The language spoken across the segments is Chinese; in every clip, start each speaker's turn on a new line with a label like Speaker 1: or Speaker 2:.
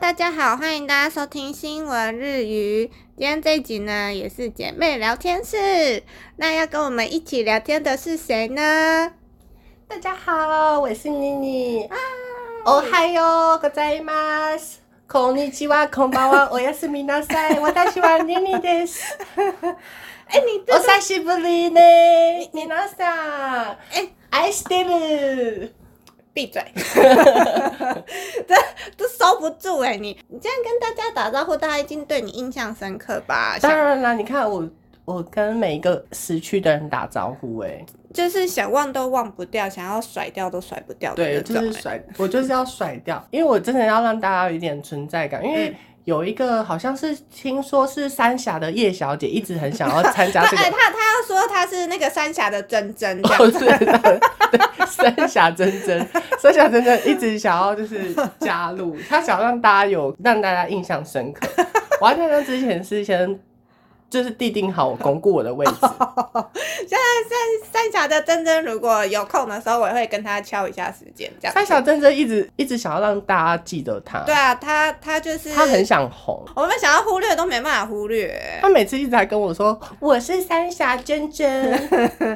Speaker 1: 大家好，欢迎大家收听新闻日语。今天这一集呢，也是姐妹聊天室。那要跟我们一起聊天的是谁呢？
Speaker 2: 大家好，我是妮妮。哦嗨哟，ございます。こんにちは、 こんばんは、おやすみなさい。私は妮妮 です。
Speaker 1: 哎、你
Speaker 2: お
Speaker 1: 这
Speaker 2: 久しぶり ね。皆さん、
Speaker 1: 哎
Speaker 2: 愛してる。
Speaker 1: 闭 嘴，这这收不住哎、你你这样跟大家打招呼，大家一定对你印象深刻吧？
Speaker 2: 当
Speaker 1: 想
Speaker 2: 然啦，你看我，我跟每一个死去的人打招呼、欸，
Speaker 1: 就是想忘都忘不掉，想要甩掉都甩不掉的那
Speaker 2: 对，
Speaker 1: 种、
Speaker 2: 就是
Speaker 1: 哎
Speaker 2: 甩，我就是要甩掉，因为我真的要让大家有一点存在感，因为
Speaker 1: 嗯。
Speaker 2: 有一个好像是听说是三峡的叶小姐，一直很想要参加
Speaker 1: 他
Speaker 2: 这个
Speaker 1: 哎、他他要说他是那个三峡的珍珍 这
Speaker 2: 哦，
Speaker 1: 样
Speaker 2: 是的，对，三峡真 真，三峡真真一直想要就是加入，他想让大家有让大家印象深刻。我要在那之前是先就是地定好巩固我的 位置，
Speaker 1: 三峡的珍珍如果有空的时候，我也会跟他敲一下时间，这样。
Speaker 2: 三峡真真一直一直想要让大家记得他，
Speaker 1: 对啊，他他就是
Speaker 2: 他很想红。
Speaker 1: 我们想要忽略的都没办法忽略。
Speaker 2: 他每次一直在跟我说我是三峡真 真，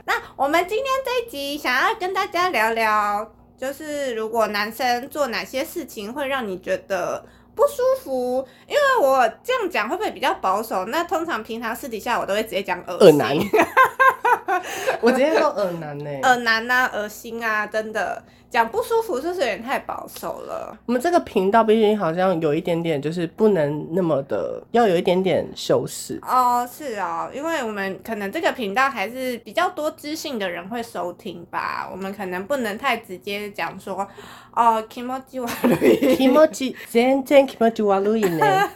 Speaker 1: 那我们今天这一集想要跟大家聊聊，就是如果男生做哪些事情会让你觉得不舒服？因为我这样讲会不会比较保守？那通常平常私底下我都会直接讲恶
Speaker 2: 耳
Speaker 1: 心
Speaker 2: 男， 我直接说耳男欸 呢、
Speaker 1: 恶男啊、恶心啊，真的讲不舒服是不是有点太保守了？
Speaker 2: 我们这个频道毕竟好像有一点点，就是不能那么的，要有一点点修饰。
Speaker 1: 哦，是哦，因为我们可能这个频道还是比较多知性的人会收听吧，我们可能不能太直接讲说，哦 k i m o j i w a
Speaker 2: 気持ち全然気持ち悪い ね。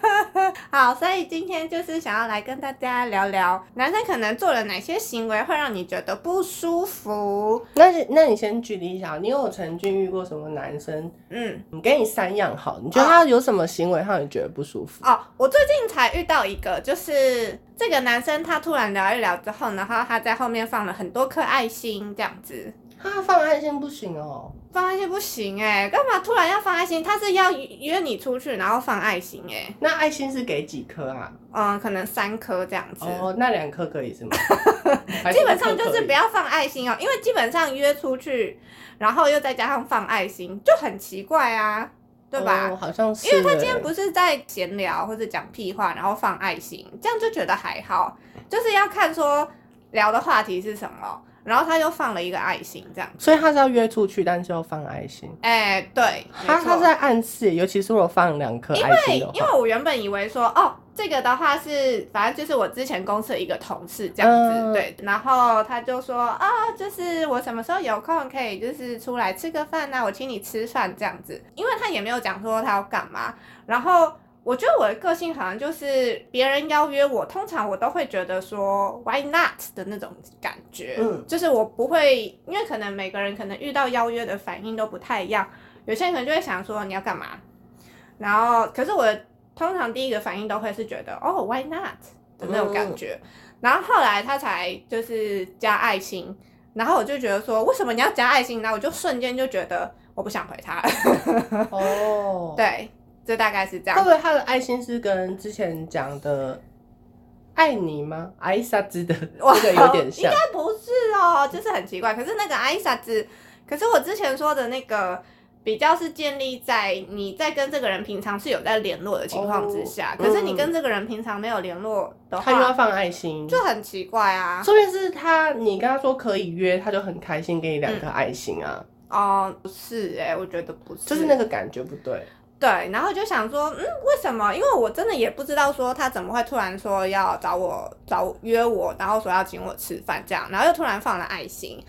Speaker 1: 好，所以今天就是想要来跟大家聊聊，男生可能做了哪些行为会让你觉得不舒服？
Speaker 2: 那是那你先举例一下，你有曾经遇过什么男生？
Speaker 1: 嗯，
Speaker 2: 你给你三样好，你觉得他有什么行为让你觉得不舒服？
Speaker 1: 哦，我最近才遇到一个，就是这个男生他突然聊一聊之后，然后他在后面放了很多颗爱心这样子。
Speaker 2: 他放爱心不行哦。
Speaker 1: 放爱心不行哎、干嘛突然要放爱心？他是要约你出去，然后放爱心哎、
Speaker 2: 那爱心是给几颗啊？
Speaker 1: 嗯，可能三颗这样子。
Speaker 2: 哦，那两颗可 以是吗？还是
Speaker 1: 基本
Speaker 2: 一
Speaker 1: 上
Speaker 2: 颗
Speaker 1: 就
Speaker 2: 可
Speaker 1: 是
Speaker 2: 以
Speaker 1: 不。要放爱心哦、因为基本上约出去，然后又再加上放爱心，就很奇怪啊，对吧？
Speaker 2: 哦好像是欸。
Speaker 1: 因为他今天不是在闲聊或者讲屁话，然后放爱心，这样就觉得还好，就是要看说聊的话题是什么，然后他又放了一个爱心这样。
Speaker 2: 所以他是要约出去，但是要放爱心。
Speaker 1: 哎、对，
Speaker 2: 他
Speaker 1: 没错
Speaker 2: 他是在暗示，尤其是我放两颗爱心的
Speaker 1: 因为
Speaker 2: 话，
Speaker 1: 我原本以为说，哦，这个的话是，反正就是我之前公司的一个同事这样子，
Speaker 2: 嗯
Speaker 1: 对。然后他就说，啊、就是我什么时候有空可以就是出来吃个饭呐、我请你吃饭这样子。因为他也没有讲说他要干嘛，然后。我觉得我的个性好像就是别人邀约我，通常我都会觉得说 why not 的那种感觉，
Speaker 2: 嗯
Speaker 1: 就是我不会，因为可能每个人可能遇到邀约的反应都不太一样，有些人可能就会想说你要干嘛，然后可是我通常第一个反应都会是觉得哦，why not 的那种感觉，然后后来他才就是加爱心，然后我就觉得说为什么你要加爱心呢？然后我就瞬间就觉得我不想回 他，
Speaker 2: 哦，
Speaker 1: 对，这大概是这
Speaker 2: 会
Speaker 1: 样
Speaker 2: 不。会他的爱心是跟之前讲的爱你吗？爱莎兹的
Speaker 1: 哇
Speaker 2: 这个有点像
Speaker 1: 应，该不是哦，就是很奇怪。可是那个艾莎子，可是我之前说的那个比较是建立在你在跟这个人平常是有在联络的情况之下，
Speaker 2: 哦
Speaker 1: 可是你
Speaker 2: 嗯
Speaker 1: 跟这个人平常没有联络的
Speaker 2: 他又要
Speaker 1: 话，
Speaker 2: 放爱心，
Speaker 1: 就很奇怪啊。
Speaker 2: 说明是他你跟他说可以约，他就很开心给你两颗爱心啊，
Speaker 1: 哦，不是哎、我觉得不是，
Speaker 2: 就是那个感觉不对。
Speaker 1: 对，然后就想说，嗯，为什么？因为我真的也不知道说他怎么会突然说要找我找我约我，然后说要请我吃饭这样，然后又突然放了爱心，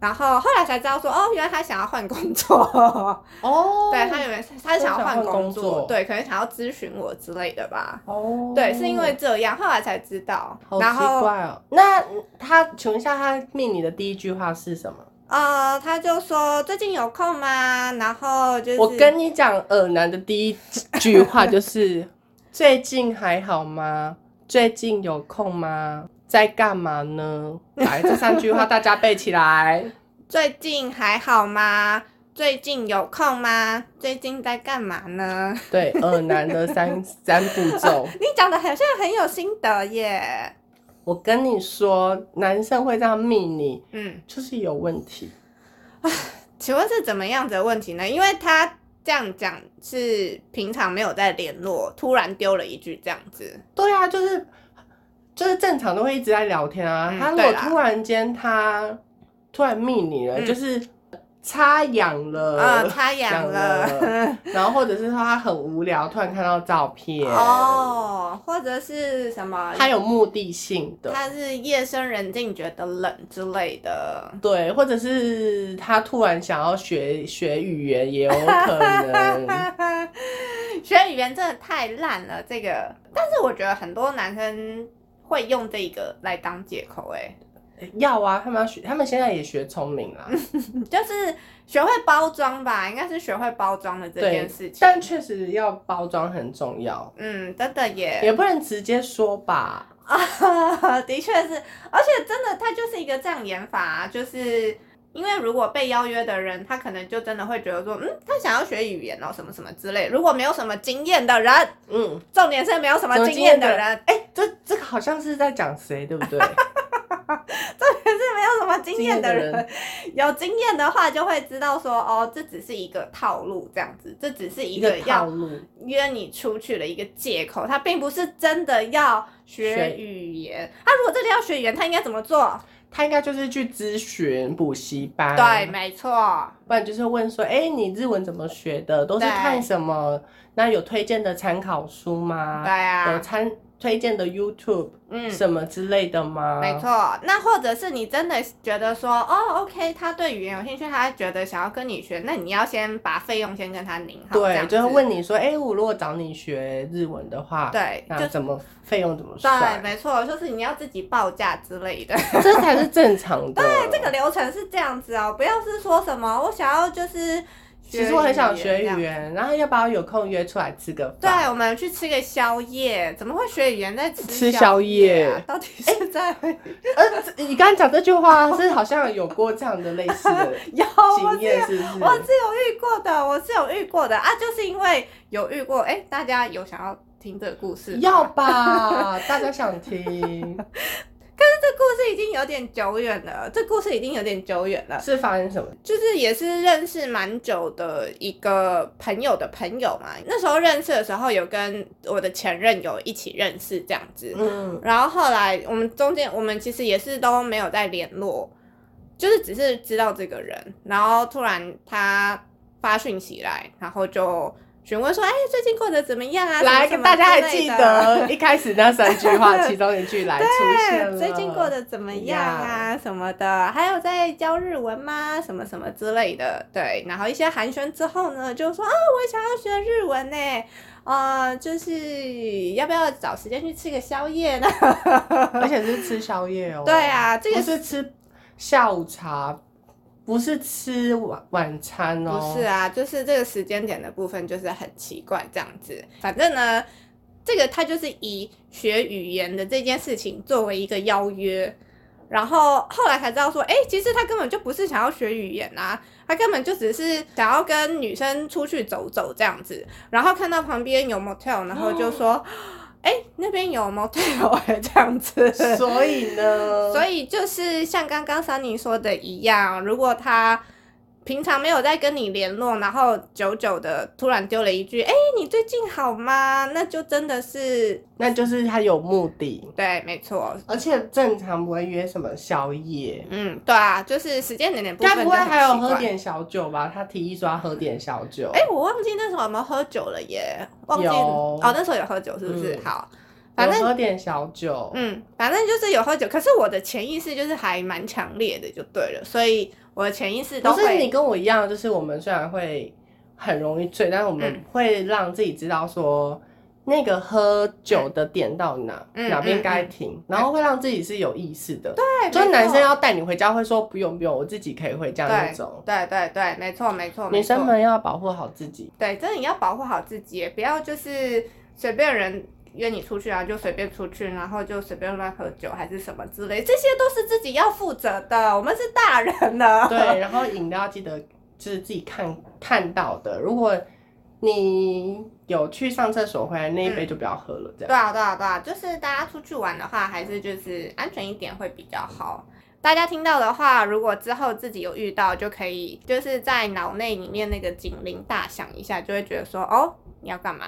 Speaker 1: 然后后来才知道说，哦，原来他想要换工作，
Speaker 2: 哦
Speaker 1: 对他以为他想要换工
Speaker 2: 他想换工作
Speaker 1: 对，可能想要咨询我之类的吧。
Speaker 2: 哦
Speaker 1: 对，是因为这样，后来才知道。
Speaker 2: 好
Speaker 1: 然
Speaker 2: 奇
Speaker 1: 后
Speaker 2: 怪哦。那他请问一下，他命你的第一句话是什么？
Speaker 1: 呃，他就说最近有空吗？然后就是
Speaker 2: 我跟你讲，耳男的第一句 话就是最近还好吗？最近有空吗？在干嘛呢？来，这三句话大家背起来。
Speaker 1: 最近还好吗？最近有空吗？最近在干嘛呢？
Speaker 2: 对，二难的三 三步骤。
Speaker 1: 你讲的好像很有心得耶。
Speaker 2: 我跟你说，男生会这样密你，
Speaker 1: 嗯，
Speaker 2: 就是有问题。
Speaker 1: 请问是怎么样子的问题呢？因为他这样讲是平常没有在联络，突然丢了一句这样子。
Speaker 2: 对啊，就是就是正常都会一直在聊天啊。
Speaker 1: 嗯
Speaker 2: 他如
Speaker 1: 对
Speaker 2: 果
Speaker 1: 啦
Speaker 2: 突然间他突然密你了，
Speaker 1: 嗯
Speaker 2: 就是擦痒了，
Speaker 1: 嗯，他养了
Speaker 2: 呃了。然后或者是说他很无聊，突然看到照片，
Speaker 1: 哦，或者是什么？
Speaker 2: 他有目的性的。
Speaker 1: 他是夜深人静觉得冷之类的。
Speaker 2: 对，或者是他突然想要学学语言也有可能，
Speaker 1: 学语言真的太烂了，这个。但是我觉得很多男生会用这个来当借口、欸，
Speaker 2: 要啊，他们要学，他们现在也学聪明
Speaker 1: 嗯
Speaker 2: 啦。
Speaker 1: 就是学会包装吧，应该是学会包装的这件事情。
Speaker 2: 但确实要包装很重要，
Speaker 1: 嗯，真的耶，
Speaker 2: 也不能直接说吧。
Speaker 1: 啊， 的确是，而且真的，它就是一个障眼法、啊，就是因为如果被邀约的人，他可能就真的会觉得说，嗯，他想要学语言哦，什么什么之类。如果没有什么经验的人，
Speaker 2: 嗯，
Speaker 1: 重点是没有什么
Speaker 2: 什么
Speaker 1: 经验
Speaker 2: 经验
Speaker 1: 的
Speaker 2: 的
Speaker 1: 人，
Speaker 2: 哎、这这个好像是在讲谁，对不对？
Speaker 1: 可是没 有什么经验的人，
Speaker 2: 经验 的
Speaker 1: 有经验的话就会知道说，哦，这只是一个套路，这样子，这只是 一
Speaker 2: 一
Speaker 1: 个
Speaker 2: 个套
Speaker 1: 要
Speaker 2: 路，
Speaker 1: 约你出去的一个借口，他并不是真的要学
Speaker 2: 学啊
Speaker 1: 语言。他如果真的要学语言，他应该怎么做？
Speaker 2: 他应该就是去咨询补习班，
Speaker 1: 对，，没错，
Speaker 2: 不然就是问说，哎、你日文怎么学的？都是
Speaker 1: 对
Speaker 2: 看什么？那有推荐的参考书吗？
Speaker 1: 对啊
Speaker 2: 有参推荐的 YouTube
Speaker 1: 嗯。
Speaker 2: 什么之类的吗？
Speaker 1: 没错，那或者是你真的觉得说，哦，OK，他对语言有兴趣，他觉得想要跟你学，那你要先把费用先跟他拧好，这
Speaker 2: 对，
Speaker 1: 样
Speaker 2: 就
Speaker 1: 子
Speaker 2: 会问你说，哎、我如果找你学日文的话，，
Speaker 1: 对，
Speaker 2: 那
Speaker 1: 就
Speaker 2: 怎么费用怎么
Speaker 1: 对，
Speaker 2: 算？
Speaker 1: 没错，就是你要自己报价之类的。
Speaker 2: 这才是正常的。对
Speaker 1: 这个流程是这样子哦，不要是说什么我想要就是学语言这样，
Speaker 2: 其实我很想学语言，然后要不要有空约出来吃个
Speaker 1: 对，
Speaker 2: 饭？
Speaker 1: 我们去吃个宵夜，怎么会学语言在吃
Speaker 2: 吃
Speaker 1: 宵
Speaker 2: 宵
Speaker 1: 夜、啊
Speaker 2: 夜？哎
Speaker 1: 到底是在、
Speaker 2: 呃，这你刚刚讲这句话是好像有过这样的类似的
Speaker 1: 有 我
Speaker 2: 经
Speaker 1: 是有
Speaker 2: 验，是不
Speaker 1: 我
Speaker 2: 是？
Speaker 1: 是有遇过的，我是有遇过的啊，就是因为有遇过，哎，大家有想要听这个故事吗？
Speaker 2: 要吧，大家想听
Speaker 1: 这故事已经有点久远了，这故事已经有点久远了，
Speaker 2: 是发生什么？
Speaker 1: 就是也是认识蛮久的一个朋友的朋友嘛。那时候认识的时候，有跟我的前任有一起认识这样子。
Speaker 2: 嗯，
Speaker 1: 然后后来我们中间，我们其实也是都没有再联络，就是只是知道这个人。然后突然他发讯息来，然后就询问说：“哎，最近过得怎么样啊？”
Speaker 2: 来，
Speaker 1: 什么
Speaker 2: 大家还
Speaker 1: 之类
Speaker 2: 记
Speaker 1: 的
Speaker 2: 得一开始那三句 话，其中一句来出现了。
Speaker 1: 最近过得怎么样啊？什么的，还有在教日文吗？什么什么之类的，对。然后一些寒暄之后呢，就说啊，我也想要学日文呢、呃，就是要不要找时间去吃个宵夜呢？
Speaker 2: 而且是吃宵夜哦。
Speaker 1: 对，啊，这个
Speaker 2: 不是吃下午茶，不是吃晚晚餐哦。
Speaker 1: 不是啊，就是这个时间点的部分就是很奇怪这样子。反正呢，这个他就是以学语言的这件事情作为一个邀约，然后后来才知道说，哎、其实他根本就不是想要学语言啊，他根本就只是想要跟女生出去走走这样子。然后看到旁边有 motel，然后就 说，哎、那边有 motel 哎、这样子。
Speaker 2: 所以 呢，
Speaker 1: 所以就是像刚刚桑尼说的一样，如果他平常没有在跟你联络，然后久久的突然丢了一句“哎、你最近好吗？”那就真的是
Speaker 2: 那就是他有目的，
Speaker 1: 对，没错，
Speaker 2: 而且正常不会约什么宵夜。
Speaker 1: 嗯，对啊，就是时间点的部分
Speaker 2: 该
Speaker 1: 就很
Speaker 2: 不会还有喝
Speaker 1: 奇怪？
Speaker 2: 点小酒吧？他提议说要喝点小酒。
Speaker 1: 哎、我忘记那时候有没有喝酒了耶，忘记
Speaker 2: 有
Speaker 1: 哦，那时候有喝酒是不是？
Speaker 2: 嗯
Speaker 1: 好，反正
Speaker 2: 有喝点小酒，
Speaker 1: 嗯，反正就是有喝酒，可是我的潜意识就是还蛮强烈的，就对了，所以我的潜意识都
Speaker 2: 不是
Speaker 1: 会
Speaker 2: 你跟我一样，就是我们虽然会很容易醉，但是我们
Speaker 1: 嗯
Speaker 2: 会让自己知道说。那个喝酒的点到哪，
Speaker 1: 嗯
Speaker 2: 哪
Speaker 1: 嗯
Speaker 2: 边该停，然后会让自己是有意识的。
Speaker 1: 对
Speaker 2: 就是
Speaker 1: 没
Speaker 2: 男
Speaker 1: 错
Speaker 2: 生要带你回家，会说不用不用，我自己可以回家那种。
Speaker 1: 对对对，没错没错，没
Speaker 2: 女
Speaker 1: 错
Speaker 2: 生们要保护好自己。
Speaker 1: 对，真的你要保护好自己，不要就是随便人约你出去啊，就随便出去，然后就随便乱喝酒还是什么之 类，这些都是自己要负责的。我们是大人了，
Speaker 2: 对，然后饮料记得就是自己看看到的。如果你有去上厕所回来，那一
Speaker 1: 嗯
Speaker 2: 杯就不要喝了，这样。
Speaker 1: 对啊，对啊，对啊，就是大家出去玩的话，还是就是安全一点会比较好。大家听到的话，如果之后自己有遇到，就可以就是在脑内里面那个警铃大响一下，就会觉得说哦，你要干嘛？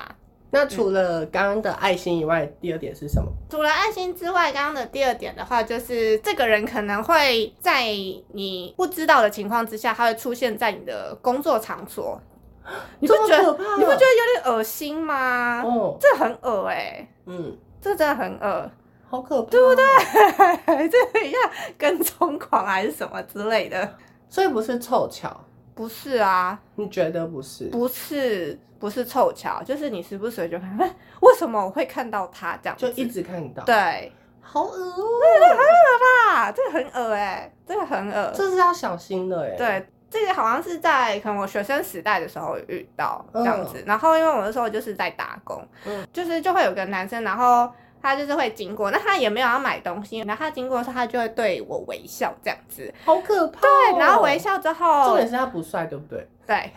Speaker 2: 那除了刚刚的爱心以外，第二点是什么？
Speaker 1: 除了爱心之外，刚刚的第二点的话，就是这个人可能会在你不知道的情况之下，他会出现在你的工作场所，你不
Speaker 2: 这么
Speaker 1: 觉得
Speaker 2: 可怕
Speaker 1: 你不觉得有点恶心吗？
Speaker 2: 哦，
Speaker 1: 这很恶哎、
Speaker 2: 嗯，
Speaker 1: 这真的很恶，
Speaker 2: 好可怕，对哦不对？
Speaker 1: 这很像跟踪狂还是什么之类的？
Speaker 2: 所以不是凑巧，
Speaker 1: 不是啊，
Speaker 2: 你觉得不是？
Speaker 1: 不是，不是凑巧，就是你时不时就 看，哎为什么我会看到他这样
Speaker 2: 就
Speaker 1: 子？
Speaker 2: 一直看到，，
Speaker 1: 对，
Speaker 2: 好恶哦、
Speaker 1: 啊，这个很恶哎、这个很恶，
Speaker 2: 这是要小心的哎。，
Speaker 1: 对，这个好像是在可能我学生时代的时候遇到这样
Speaker 2: 嗯
Speaker 1: 子，然后因为我那时候就是在打工，
Speaker 2: 嗯
Speaker 1: 就是就会有个男生，然后他就是会经过，那他也没有要买东西，然后他经过的时候，他就会对我微笑这样子，
Speaker 2: 好可怕、哦
Speaker 1: 对，然后微。笑之
Speaker 2: 重
Speaker 1: 后
Speaker 2: 点，是他不帅，对不对？
Speaker 1: 对，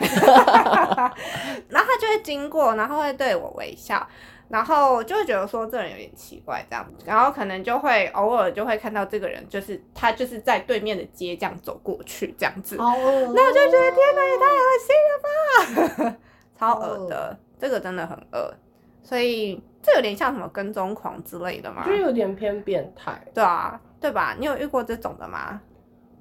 Speaker 1: 然后他就会经过，然后会对我微笑。然后就会觉得说这人有点奇怪这样，然后可能就会偶尔就会看到这个人，就是他就是在对面的街这样走过去这样子，
Speaker 2: 好恶、
Speaker 1: 那我就觉得天哪，
Speaker 2: 哪，
Speaker 1: 也太恶心了吧！ 超恶的
Speaker 2: 哦
Speaker 1: 这个真的很恶，所以这有点像什么跟踪狂之类的吗
Speaker 2: 就？有点偏变态。
Speaker 1: 对啊，对吧？你有遇过这种的吗？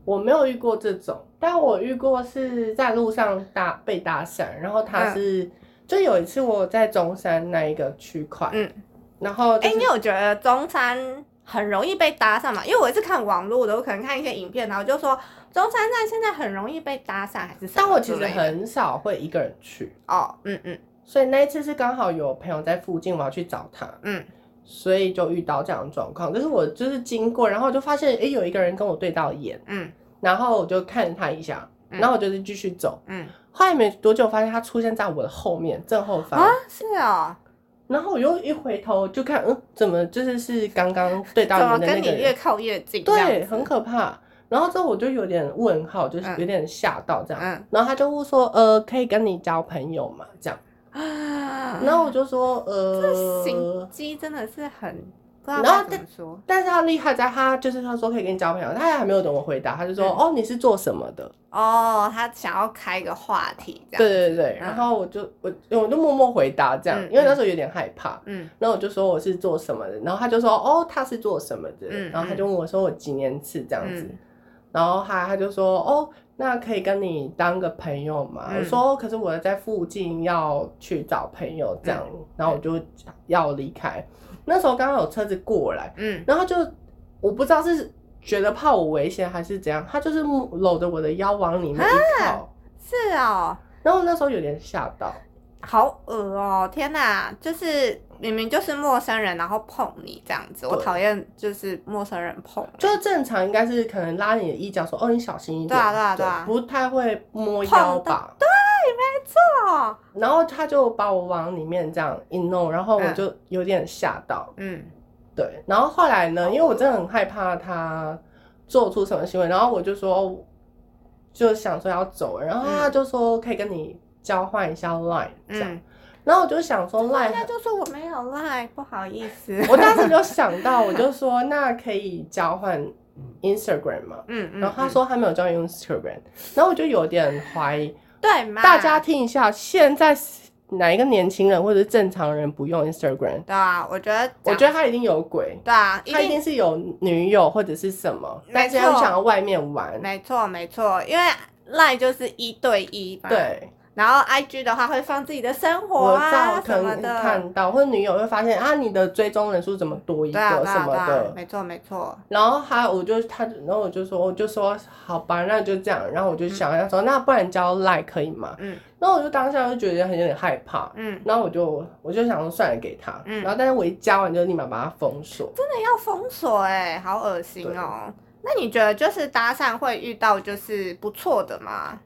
Speaker 2: 我没有遇过这种，但我遇过是在路上搭被搭讪，然后他是、
Speaker 1: 嗯
Speaker 2: 就有一次我在中山那一个区块，
Speaker 1: 嗯，
Speaker 2: 然后
Speaker 1: 哎、
Speaker 2: 就是
Speaker 1: 你有觉得中山很容易被搭讪吗？因为我是看网络的，我可能看一些影片，然后就说中山站现在很容易被搭讪，还是什么
Speaker 2: 但我其
Speaker 1: 之
Speaker 2: 实
Speaker 1: 类的
Speaker 2: 很少会一个人去，
Speaker 1: 哦，嗯嗯
Speaker 2: 所以那一次是刚好有朋友在附近，我要去找他，
Speaker 1: 嗯，
Speaker 2: 所以就遇到这样的状况，就是我就是经过，然后我就发现哎、诶有一个人跟我对到眼，
Speaker 1: 嗯
Speaker 2: 然后我就看他一下，
Speaker 1: 嗯
Speaker 2: 然后我就是继续走，
Speaker 1: 嗯
Speaker 2: 后来没多久我发现他出现在我的后面正后方，
Speaker 1: 啊，是哦，
Speaker 2: 然后我又一回头就看，嗯，怎么就是是刚刚对
Speaker 1: 怎么
Speaker 2: 到眼的那
Speaker 1: 跟你
Speaker 2: 个
Speaker 1: 越
Speaker 2: 人？
Speaker 1: 靠越近这样子？
Speaker 2: 对，很可怕。然后之后我就有点问号，就是
Speaker 1: 嗯
Speaker 2: 有点吓到这样。
Speaker 1: 嗯
Speaker 2: 然后他就问说，呃，可以跟你交朋友吗？这样。
Speaker 1: 啊
Speaker 2: 然后我就说，呃
Speaker 1: 心，机真的是很不知
Speaker 2: 然
Speaker 1: 道
Speaker 2: 后
Speaker 1: 该怎
Speaker 2: 但
Speaker 1: 么说。
Speaker 2: 但是他厉害在他就是他说可以跟你交朋友，他也还没有等我回答，他就说，
Speaker 1: 嗯
Speaker 2: 哦，你是做什么的？
Speaker 1: 哦，他想要开个话题这样。
Speaker 2: 对，对对。
Speaker 1: 嗯
Speaker 2: 然后我就我我就默默回答这样，
Speaker 1: 嗯
Speaker 2: 因为那时候有点害怕。
Speaker 1: 嗯
Speaker 2: 然后我就说我是做什么的，然后他就说哦他是做什么的，
Speaker 1: 嗯
Speaker 2: 然后他
Speaker 1: 嗯
Speaker 2: 就问我说我几年次这样子，
Speaker 1: 嗯
Speaker 2: 然后他他就说哦那可以跟你当个朋友嘛，
Speaker 1: 嗯
Speaker 2: 我说哦可是我在附近要去找朋友这样，
Speaker 1: 嗯
Speaker 2: 然后我就要离开，那时候刚刚有车子过来，
Speaker 1: 嗯，
Speaker 2: 然后就我不知道是觉得怕我危险还是怎样，他就是搂着我的腰往里面一
Speaker 1: 啊
Speaker 2: 靠，
Speaker 1: 是哦，
Speaker 2: 然后那时候有点吓到，
Speaker 1: 嗯好恶哦，天哪，就是明明就是陌生人，然后碰你这样子，我
Speaker 2: 对
Speaker 1: 讨厌就是陌生人碰我。
Speaker 2: 就正常应该是可能拉你的衣角说，哦，你小心一点。
Speaker 1: 对啊对啊对啊
Speaker 2: 不太会摸腰吧？
Speaker 1: 哦，
Speaker 2: 然后他就把我往里面这样一弄，然后我就有点吓到。
Speaker 1: 嗯
Speaker 2: 对，然后后来
Speaker 1: 哦
Speaker 2: 呢，因为我真的很害怕他做出什么行为，然后我就说，就想说要走了，然后他就说可以跟你交换一下 line 这样，
Speaker 1: 嗯，
Speaker 2: 然后我就想说
Speaker 1: 人
Speaker 2: line
Speaker 1: 家哦就说我没有赖，不好意思。
Speaker 2: 我当时就想到，我就说那可以交换 Instagram 吗？
Speaker 1: 嗯嗯，
Speaker 2: 然后他
Speaker 1: 嗯
Speaker 2: 说他没有交用 Instagram，然后我就有点怀疑。
Speaker 1: 对嘛，
Speaker 2: 大家听一下，现在哪一个年轻人或者是正常人不用 Instagram？
Speaker 1: 对啊，我觉得
Speaker 2: 我觉得他一定有鬼，
Speaker 1: 对啊，
Speaker 2: 他一定是有女友或者是什么，
Speaker 1: 没
Speaker 2: 但是他
Speaker 1: 错
Speaker 2: 又想要外面玩。
Speaker 1: 没错没错，因为赖就是一对一嘛。。
Speaker 2: 对，
Speaker 1: 然后 IG 的话会放自己的生活
Speaker 2: 我
Speaker 1: 啊什
Speaker 2: 照可
Speaker 1: 么
Speaker 2: 能
Speaker 1: 的，
Speaker 2: 看到，或者女友会发现啊，你的追踪人数怎么多一
Speaker 1: 对
Speaker 2: 个
Speaker 1: 啊对
Speaker 2: 什
Speaker 1: 啊对
Speaker 2: 么
Speaker 1: 啊，
Speaker 2: 的。
Speaker 1: 没错没错，
Speaker 2: 然后他，我就他，然后我就说，我哦就说好吧，那就这样。然后我就想要说，那不然交 like 可以吗？
Speaker 1: 嗯
Speaker 2: 然后我就当下就觉得很有点害怕，
Speaker 1: 嗯，
Speaker 2: 然后我就我就想说算了给他，
Speaker 1: 嗯
Speaker 2: 然后但是我一加完就立马把它封锁。
Speaker 1: 那要封锁哎、好恶心哦。那你觉得就是搭讪会遇到就是不错的吗？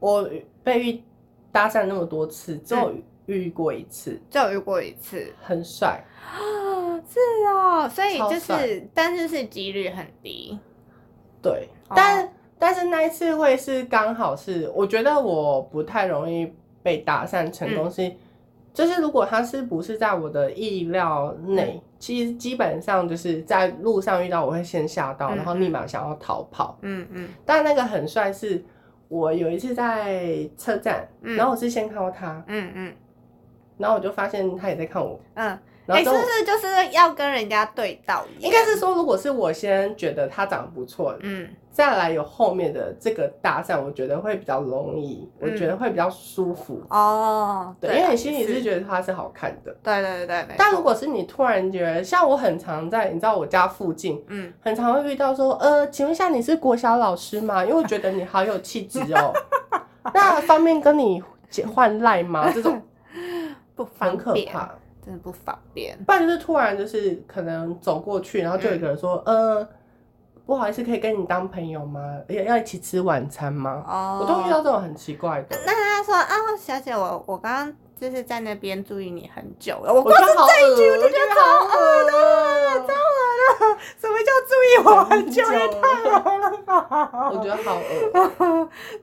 Speaker 2: 我被遇搭讪那么多次，只有
Speaker 1: 嗯
Speaker 2: 遇过一次，
Speaker 1: 就有遇过一 次
Speaker 2: 很帅，
Speaker 1: 啊，是哦，所以就
Speaker 2: 啊超帅
Speaker 1: 是但是是几率很低，
Speaker 2: 对，
Speaker 1: 哦
Speaker 2: 但但是那一次会是刚好是，我觉得我不太容易被搭讪成功是，
Speaker 1: 嗯
Speaker 2: 就是如果他是不是在我的意料
Speaker 1: 嗯
Speaker 2: 内，其实基本上就是在路上遇到我会先吓到，
Speaker 1: 嗯
Speaker 2: 然后立马想要逃跑。
Speaker 1: 嗯嗯
Speaker 2: 但那个很帅是，我有一次在车站，
Speaker 1: 嗯
Speaker 2: 然后我是先看到他，
Speaker 1: 嗯嗯
Speaker 2: 然后我就发现他也在看我，
Speaker 1: 嗯，
Speaker 2: 然
Speaker 1: 哎、
Speaker 2: 后
Speaker 1: 是
Speaker 2: 之后
Speaker 1: 不是就是要跟人家对到眼？
Speaker 2: 应该是说，如果是我先觉得他长得不错，
Speaker 1: 嗯
Speaker 2: 再来有后面的这个搭讪，我觉得会比较容易，
Speaker 1: 嗯
Speaker 2: 我觉得会比较舒服。
Speaker 1: 哦，
Speaker 2: 对，
Speaker 1: 啦
Speaker 2: 因为你心里
Speaker 1: 也
Speaker 2: 是觉得他是好看的。
Speaker 1: 对对对对，没
Speaker 2: 但
Speaker 1: 错
Speaker 2: 如果是你突然觉得，像我很常在，你知道我家附近
Speaker 1: 嗯，
Speaker 2: 很常会遇到说，呃，请问一下你是国小老师吗？因为我觉得你好有气质 哦。那方便跟你换赖吗？这种
Speaker 1: 不方
Speaker 2: 很可
Speaker 1: 便，
Speaker 2: 怕。
Speaker 1: 真的不方便。
Speaker 2: 不然就是突然就是可能走过去，然后就有一个人说，
Speaker 1: 嗯
Speaker 2: 呃，不好意思，可以跟你当朋友吗？要要一起吃晚餐吗？
Speaker 1: 哦，
Speaker 2: 我都遇到这种很奇怪的，
Speaker 1: 那他说啊，小姐，我我刚刚就是在那边注意你很久了，我
Speaker 2: 我觉得好恶，我就觉得好恶
Speaker 1: 什么叫注意我很久？也
Speaker 2: 很
Speaker 1: 太
Speaker 2: 久
Speaker 1: 好了吧！
Speaker 2: 我觉得好恶。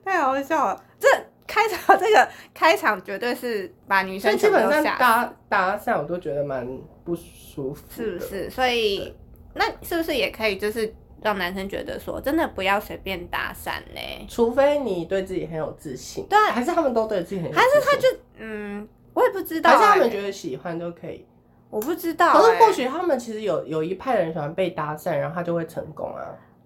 Speaker 1: 太好笑了，这开场这个开场绝对是把女
Speaker 2: 所以
Speaker 1: 生
Speaker 2: 基
Speaker 1: 全部
Speaker 2: 本
Speaker 1: 都
Speaker 2: 上
Speaker 1: 吓死，
Speaker 2: 搭搭讪我都觉得蛮不舒服，
Speaker 1: 是不？是？所以那是不是也可以就是让男生觉得说，真的不要随便搭讪嘞？
Speaker 2: 除非你对自己很有自信，
Speaker 1: 对啊
Speaker 2: 还是他们都对自己很有自
Speaker 1: 还
Speaker 2: 信，
Speaker 1: 是他就嗯，我也不知道、
Speaker 2: 还是他们
Speaker 1: 欸，
Speaker 2: 觉得喜欢就可以。
Speaker 1: 我不知道欸、
Speaker 2: 可是或许他们其实有有一派人喜欢被搭讪，然后他就会成功啊。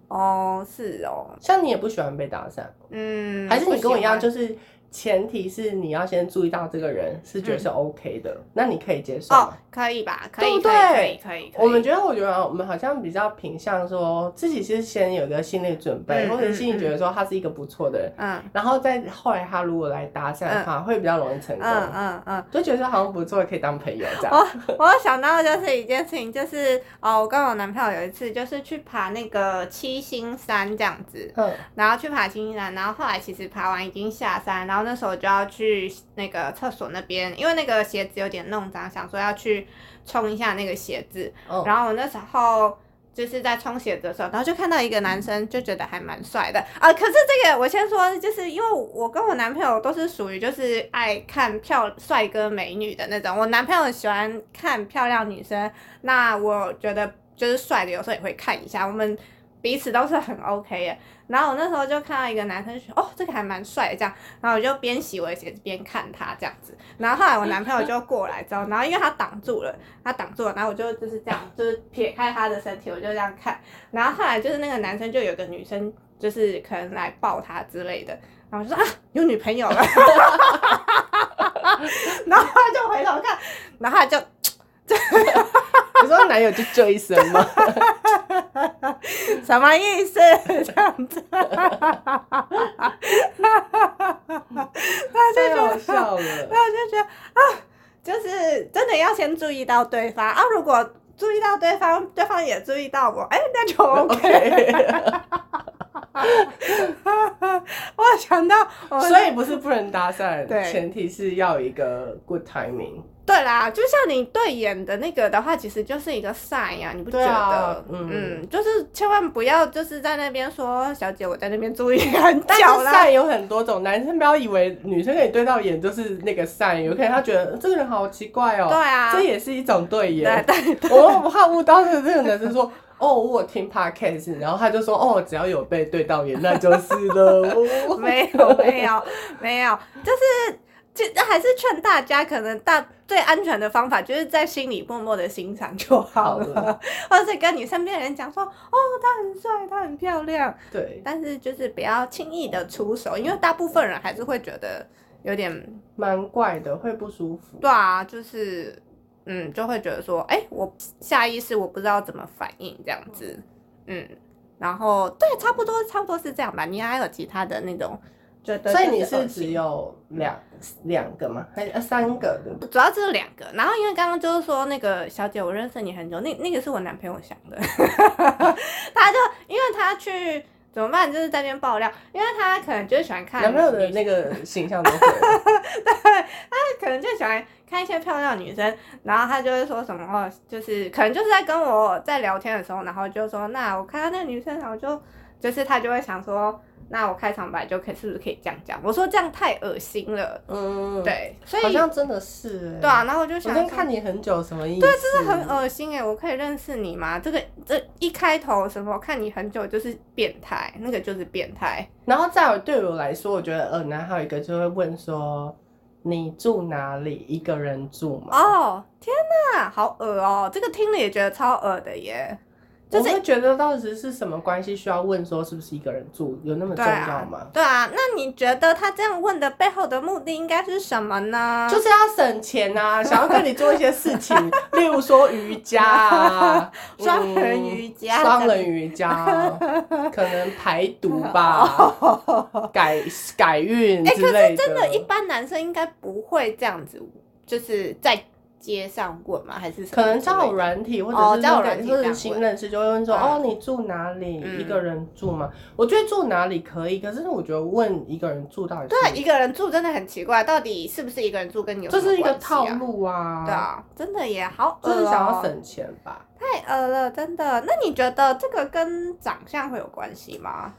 Speaker 1: 哦，是哦，
Speaker 2: 像你也不喜欢被搭讪，
Speaker 1: 嗯，
Speaker 2: 还是
Speaker 1: 不
Speaker 2: 你
Speaker 1: 喜
Speaker 2: 跟我一样，
Speaker 1: 欢
Speaker 2: 就是前提是你要先注意到这个人是觉得是 OK 的，那你可以接受
Speaker 1: 嗯哦
Speaker 2: 吗？，
Speaker 1: 可以吧？可
Speaker 2: 对
Speaker 1: 以，
Speaker 2: 不对
Speaker 1: 可以，可以，可以。可以
Speaker 2: 我们觉得，我觉得我们好像比较偏向说自己是先有一个心理准备，
Speaker 1: 嗯
Speaker 2: 或者心
Speaker 1: 嗯
Speaker 2: 里觉得说他是一个不错的人，
Speaker 1: 嗯
Speaker 2: 然后再后来他如果来搭讪的话，会比较容易成功，
Speaker 1: 嗯哦嗯嗯。
Speaker 2: 就觉得好像不错，可以当朋友这样。
Speaker 1: 我 我想到的就是一件事情，就是哦，我跟我男朋友有一次就是去爬那个七星山这样子，
Speaker 2: 嗯，
Speaker 1: 然后去爬七星山，然后后来其实爬完已经下山，然后那时候就要去那个厕所那边，因为那个鞋子有点弄脏，想说要去冲一下那个鞋子，
Speaker 2: 嗯
Speaker 1: 然后我那时候。就是在冲鞋子的时候，然后就看到一个男生，就觉得还蛮帅的啊。可是这个我先说，就是因为我跟我男朋友都是属于就是爱看漂帅哥美女的那种。我男朋友喜欢看漂亮女生，那我觉得就是帅的有时候也会看一下。我们彼此都是很 OK 的。然后我那时候就看到一个男生说：“哦，这个还蛮帅的。”这样，然后我就边洗我的鞋子边看他这样子。然后后来我男朋友就过来之后，然后因为他挡住了，他挡住了，然后我就就是这样，就是撇开他的身体，我就这样看。然后后来就是那个男生就有个女生，就是可能来抱他之类的，然后我就说啊，有女朋友了， 然后他就回头看，然后他就
Speaker 2: 你说男友就这一生 吗？
Speaker 1: 什么意思？ 这样子，
Speaker 2: 太
Speaker 1: 啊
Speaker 2: 好笑了。
Speaker 1: 然后我就觉得啊，就是真的要先注意到对方啊，如果注意到对方，对方也注意到我，哎、 那就 OK。我想到我们
Speaker 2: 所以不是不能搭讪，
Speaker 1: 对
Speaker 2: 前提是要有一个 good timing。
Speaker 1: 对啦，就像你对眼的那个的话，其实就是一个 sign 呀、你不觉
Speaker 2: 对
Speaker 1: 得？
Speaker 2: 啊
Speaker 1: 嗯
Speaker 2: 嗯
Speaker 1: 就是千万不要就是在那边说，小姐，我在那边注意很
Speaker 2: 但是
Speaker 1: 久啦。
Speaker 2: 善有很多种，男生不要以为女生可以对到眼就是那个善，有可能他觉得这个人好奇怪 哦，
Speaker 1: 对啊
Speaker 2: 这也是一种对
Speaker 1: 对
Speaker 2: 眼。
Speaker 1: 对
Speaker 2: 我们不怕误当时这个男生说。哦，我有听 podcast，然后他就说，哦，只要有被对到眼，那就是了。哦
Speaker 1: 没有没有没有，就是就还是劝大家，可能大最安全的方法就是在心里默默的欣赏就好了，
Speaker 2: 好
Speaker 1: 或者是跟你身边的人讲说，哦，他很帅，他很漂亮，
Speaker 2: 对，
Speaker 1: 但是就是不要轻易的出手，因为大部分人还是会觉得有点，
Speaker 2: 蛮怪的，会不舒服。
Speaker 1: 对啊，就是。嗯，就会觉得说，哎、我下意识我不知道怎么反应这样子，嗯，然后对，差不多差不多是这样吧。你还有其他的那种觉得，
Speaker 2: 所以你是只有两两个吗？还是、呃、三个？对不对
Speaker 1: 主要就是两个，然后因为刚刚就是说那个小姐，我认识你很久，那那个是我男朋友想的， 他就因为他去怎么办，就是在那边爆料，因为他可能就是喜欢看
Speaker 2: 男朋友的
Speaker 1: 女
Speaker 2: 那个形象都会了
Speaker 1: 可能就喜欢看一些漂亮的女生，然后他就会说什么哦，就是可能就是在跟我在聊天的时候，然后就说那我看到那个女生，然后就就是他就会想说，那我开场白就可以是不是可以这样讲？我说这样太恶心了，
Speaker 2: 嗯，，
Speaker 1: 对，所以
Speaker 2: 好像真的是、欸，
Speaker 1: 对啊，然后我就
Speaker 2: 我
Speaker 1: 想
Speaker 2: 真
Speaker 1: 说
Speaker 2: 看你很久，什么意思？对，
Speaker 1: 真的很恶心哎、我可以认识你吗？这个这一开头什么看你很久就是变态，那个就是变态。
Speaker 2: 然后再有对我来说，我觉得耳男还有一个就会问说，你住哪里？一个人住吗？
Speaker 1: 哦，天哪，好恶哦、这个听了也觉得超恶的耶。就是
Speaker 2: 我会觉得到底是什么关系需要问说是不是一个人住，有那么
Speaker 1: 对
Speaker 2: 重要
Speaker 1: 啊
Speaker 2: 吗，？
Speaker 1: 对啊，那你觉得他这样问的背后的目的应该是什么呢？
Speaker 2: 就是要省 钱啊，想要跟你做一些事情，例如说瑜伽啊，
Speaker 1: 双人
Speaker 2: 嗯
Speaker 1: 瑜伽
Speaker 2: 双人瑜伽，可能排毒 吧，改改运
Speaker 1: 哦哎、
Speaker 2: 之
Speaker 1: 可
Speaker 2: 类
Speaker 1: 是真的，一般男生应该不会这样子，就是在街上问吗？还是什么
Speaker 2: 可
Speaker 1: 之
Speaker 2: 能
Speaker 1: 类
Speaker 2: 交
Speaker 1: 的
Speaker 2: 友软体，或者
Speaker 1: 哦
Speaker 2: 是
Speaker 1: 交友
Speaker 2: 那个
Speaker 1: 软体
Speaker 2: 或
Speaker 1: 这
Speaker 2: 者
Speaker 1: 样
Speaker 2: 新
Speaker 1: 问
Speaker 2: 认识就会问说，
Speaker 1: 嗯
Speaker 2: 哦，你住哪里？
Speaker 1: 嗯
Speaker 2: 一个人住吗？我觉得住哪里可以，可是我觉得问一个人住到底
Speaker 1: 对啊，
Speaker 2: 是
Speaker 1: 一个人住真的很奇怪，到底是不是一个人住跟你有
Speaker 2: 这
Speaker 1: 什么
Speaker 2: 是一个
Speaker 1: 关系
Speaker 2: 套
Speaker 1: 啊？
Speaker 2: 路啊，
Speaker 1: 对，啊，真的也好恶、
Speaker 2: 就
Speaker 1: 哦，
Speaker 2: 是想要省钱吧。
Speaker 1: 太恶了，真的。那你觉得这个跟长相会有关系吗？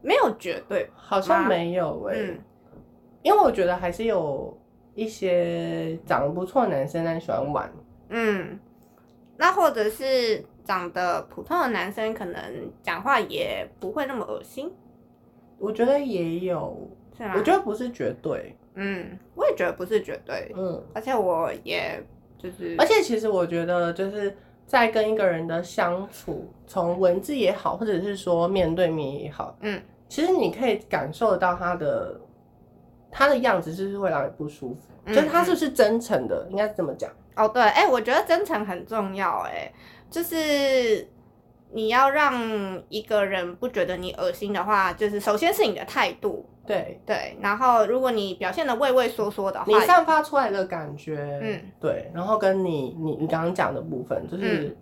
Speaker 1: 没有绝对，
Speaker 2: 好像没有哎、
Speaker 1: 嗯，
Speaker 2: 因为我觉得还是有一些长得不错的男生，但喜欢玩。
Speaker 1: 嗯，那或者是长得普通的男生，可能讲话也不会那么恶心，
Speaker 2: 我觉得也有，
Speaker 1: 是吗？
Speaker 2: 我觉得不是绝对，
Speaker 1: 嗯，我也觉得不是绝对，
Speaker 2: 嗯。
Speaker 1: 而且我也就是，
Speaker 2: 而且其实我觉得就是在跟一个人的相处，从文字也好，或者是说面对面也好，
Speaker 1: 嗯，
Speaker 2: 其实你可以感受到他的他的样子，是不是会让你不舒服？
Speaker 1: 嗯
Speaker 2: 就是他是不是真诚的？应该是这么讲。
Speaker 1: 哦，对，哎、我觉得真诚很重要、哎，就是你要让一个人不觉得你恶心的话，就是首先是你的态度，
Speaker 2: 对
Speaker 1: 对，然后如果你表现的畏畏缩缩的
Speaker 2: 你
Speaker 1: 话，
Speaker 2: 散发出来的感觉，
Speaker 1: 啊嗯，
Speaker 2: 对，然后跟你你你刚刚讲的部分，就是、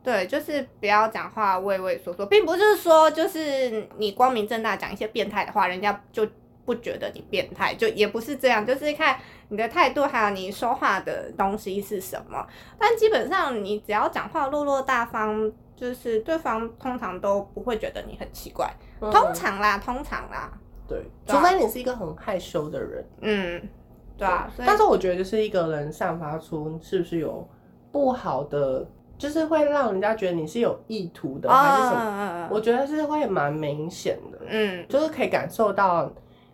Speaker 1: 对，就是不要讲话畏畏缩缩，并不是说就是你光明正大讲一些变态的话，人家就不觉得你变态，就也不是这样，就是看你的态度还有你说话的东西是什么。但基本上你只要讲话落落大方，就是对方通常都不会觉得你很奇怪，
Speaker 2: 嗯
Speaker 1: 通常啦，通常啦，
Speaker 2: 对，
Speaker 1: 对
Speaker 2: 除
Speaker 1: 啊
Speaker 2: 非你是一个很害羞的人，
Speaker 1: 嗯，对啊，所以
Speaker 2: 但是我觉得就是一个人散发出是不是有不好的，就是会让人家觉得你是有意图的、还是什么？
Speaker 1: 嗯嗯
Speaker 2: 我觉得是会蛮明显的，
Speaker 1: 嗯
Speaker 2: 就是可以感受到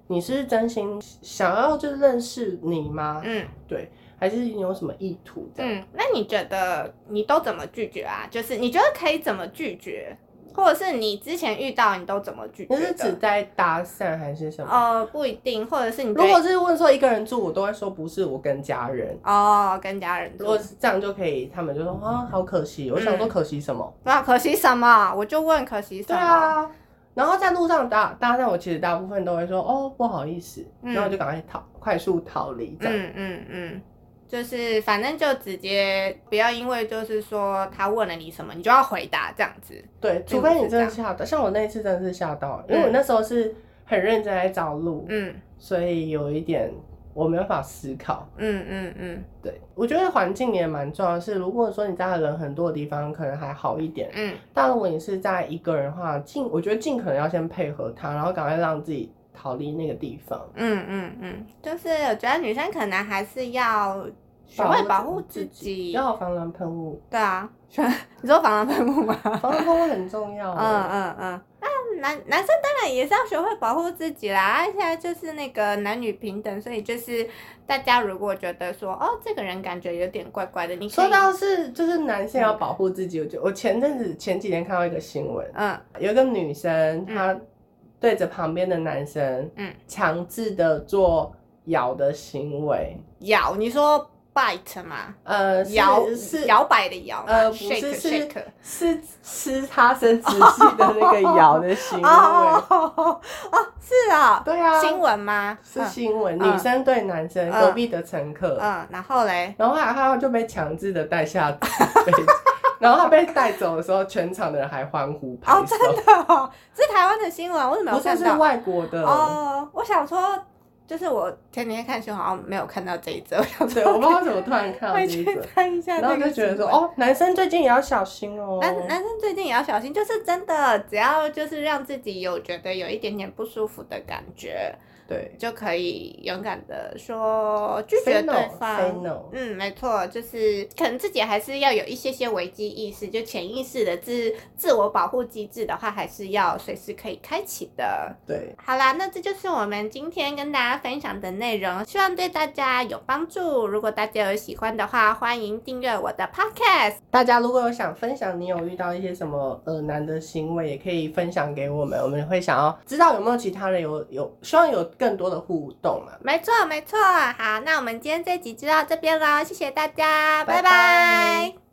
Speaker 2: 你是真心想要就是认识你吗？
Speaker 1: 嗯
Speaker 2: 对，还是你有什么意图这样？
Speaker 1: 嗯，那你觉得你都怎么拒绝啊？就是你觉得可以怎么拒绝，或者是你之前遇到你都怎么拒
Speaker 2: 你
Speaker 1: 绝
Speaker 2: 是指
Speaker 1: 嗯的？
Speaker 2: 在搭讪还是什么？
Speaker 1: 呃，不一定，或者是你觉
Speaker 2: 如
Speaker 1: 得
Speaker 2: 果是问说一个人住，我都会说不是，我跟家人。
Speaker 1: 哦跟家人
Speaker 2: 如果
Speaker 1: 住，
Speaker 2: 是这样就可以，他们就说啊，好可惜。我
Speaker 1: 嗯
Speaker 2: 想说可惜什么？
Speaker 1: 那啊可惜什么？我就问可惜什
Speaker 2: 对
Speaker 1: 么？，
Speaker 2: 啊，然后在路上搭搭讪，我其实大部分都会说哦不好意思，
Speaker 1: 嗯
Speaker 2: 然后我就赶快逃，快速逃离这样。
Speaker 1: 嗯嗯嗯，就是反正就直接不要因为就是说他问了你什么，你就要回答这样子。
Speaker 2: 对，除非你真的吓到，像我那一次真的是吓到，因为我那时候是很认真在找路，
Speaker 1: 嗯
Speaker 2: 所以有一点我没办法思考。
Speaker 1: 嗯嗯嗯
Speaker 2: 对，我觉得环境也蛮重要的是，如果说你在人很多的地方，可能还好一点。
Speaker 1: 嗯
Speaker 2: 但如果你是在一个人的话，尽我觉得尽可能要先配合他，然后赶快让自己逃离那个地方，
Speaker 1: 嗯嗯嗯，就是我觉得女生可能还是要学会保护自己，
Speaker 2: 要有防狼喷雾，
Speaker 1: 对啊， 你说防狼喷雾吗？
Speaker 2: 防狼喷雾很重要。
Speaker 1: 嗯嗯嗯。那男男生当然也是要学会保护自己啦。现在就是那个男女平等，所以就是大家如果觉得说哦，这个人感觉有点怪怪的，你可以
Speaker 2: 说到是就是男性要保护自己，我就我前阵子前几天看到一个新闻，
Speaker 1: 嗯
Speaker 2: 有一个女生她对着旁边的男生，
Speaker 1: 嗯
Speaker 2: 强制的做咬的行为，
Speaker 1: 摇，你说 bite 嘛，
Speaker 2: 呃，是
Speaker 1: 摇
Speaker 2: 是
Speaker 1: 摇摆的摇嘛，
Speaker 2: 呃不
Speaker 1: shake
Speaker 2: 是
Speaker 1: shake
Speaker 2: 是吃他生殖器的那个咬的行 为，
Speaker 1: 哦哦哦，是啊，
Speaker 2: 对啊，
Speaker 1: 新闻吗？
Speaker 2: 是新闻，
Speaker 1: 嗯
Speaker 2: 女生对男生，
Speaker 1: 嗯
Speaker 2: 隔壁的乘客，
Speaker 1: 嗯嗯，然后嘞，
Speaker 2: 然后还他就被强制的带 下飞机，然后他被带走的时候，全场的人还欢呼拍
Speaker 1: 哦，
Speaker 2: 手
Speaker 1: 真，的、哦，是台湾的新闻，我怎么没
Speaker 2: 不
Speaker 1: 有
Speaker 2: 是
Speaker 1: 看
Speaker 2: 是
Speaker 1: 到？
Speaker 2: 外国的，
Speaker 1: 哦，我想说，就是我前几天看新闻，好像没有看到这一则，我想
Speaker 2: 对，
Speaker 1: 说
Speaker 2: 我不知道怎么突然看到这
Speaker 1: 会去
Speaker 2: 一则，
Speaker 1: 看一下
Speaker 2: 然后
Speaker 1: 那
Speaker 2: 就
Speaker 1: 个
Speaker 2: 觉得
Speaker 1: 新
Speaker 2: 说，
Speaker 1: 闻。
Speaker 2: 哦，男生最近也要小心哦。
Speaker 1: 男男生最近也要小心，就是真的，只要就是让自己有觉得有一点点不舒服的感觉，
Speaker 2: 对
Speaker 1: 就可以勇敢的说拒绝对
Speaker 2: say no，say
Speaker 1: 方。
Speaker 2: no，
Speaker 1: 嗯，没错，就是可能自己还是要有一些些危机意识，就潜意识的自自我保护机制的话，还是要随时可以开启的。
Speaker 2: 对，
Speaker 1: 好啦，那这就是我们今天跟大家分享的内容，希望对大家有帮助。如果大家有喜欢的话，欢迎订阅我的 podcast。
Speaker 2: 大家如果有想分享，你有遇到一些什么呃难的行为，也可以分享给我们，我们会想要知道有没有其他人有有，希望有更多的互动啊嘛。
Speaker 1: 没错，没错。好，那我们今天这集就到这边喽，谢谢大家，
Speaker 2: 拜
Speaker 1: 拜拜
Speaker 2: 拜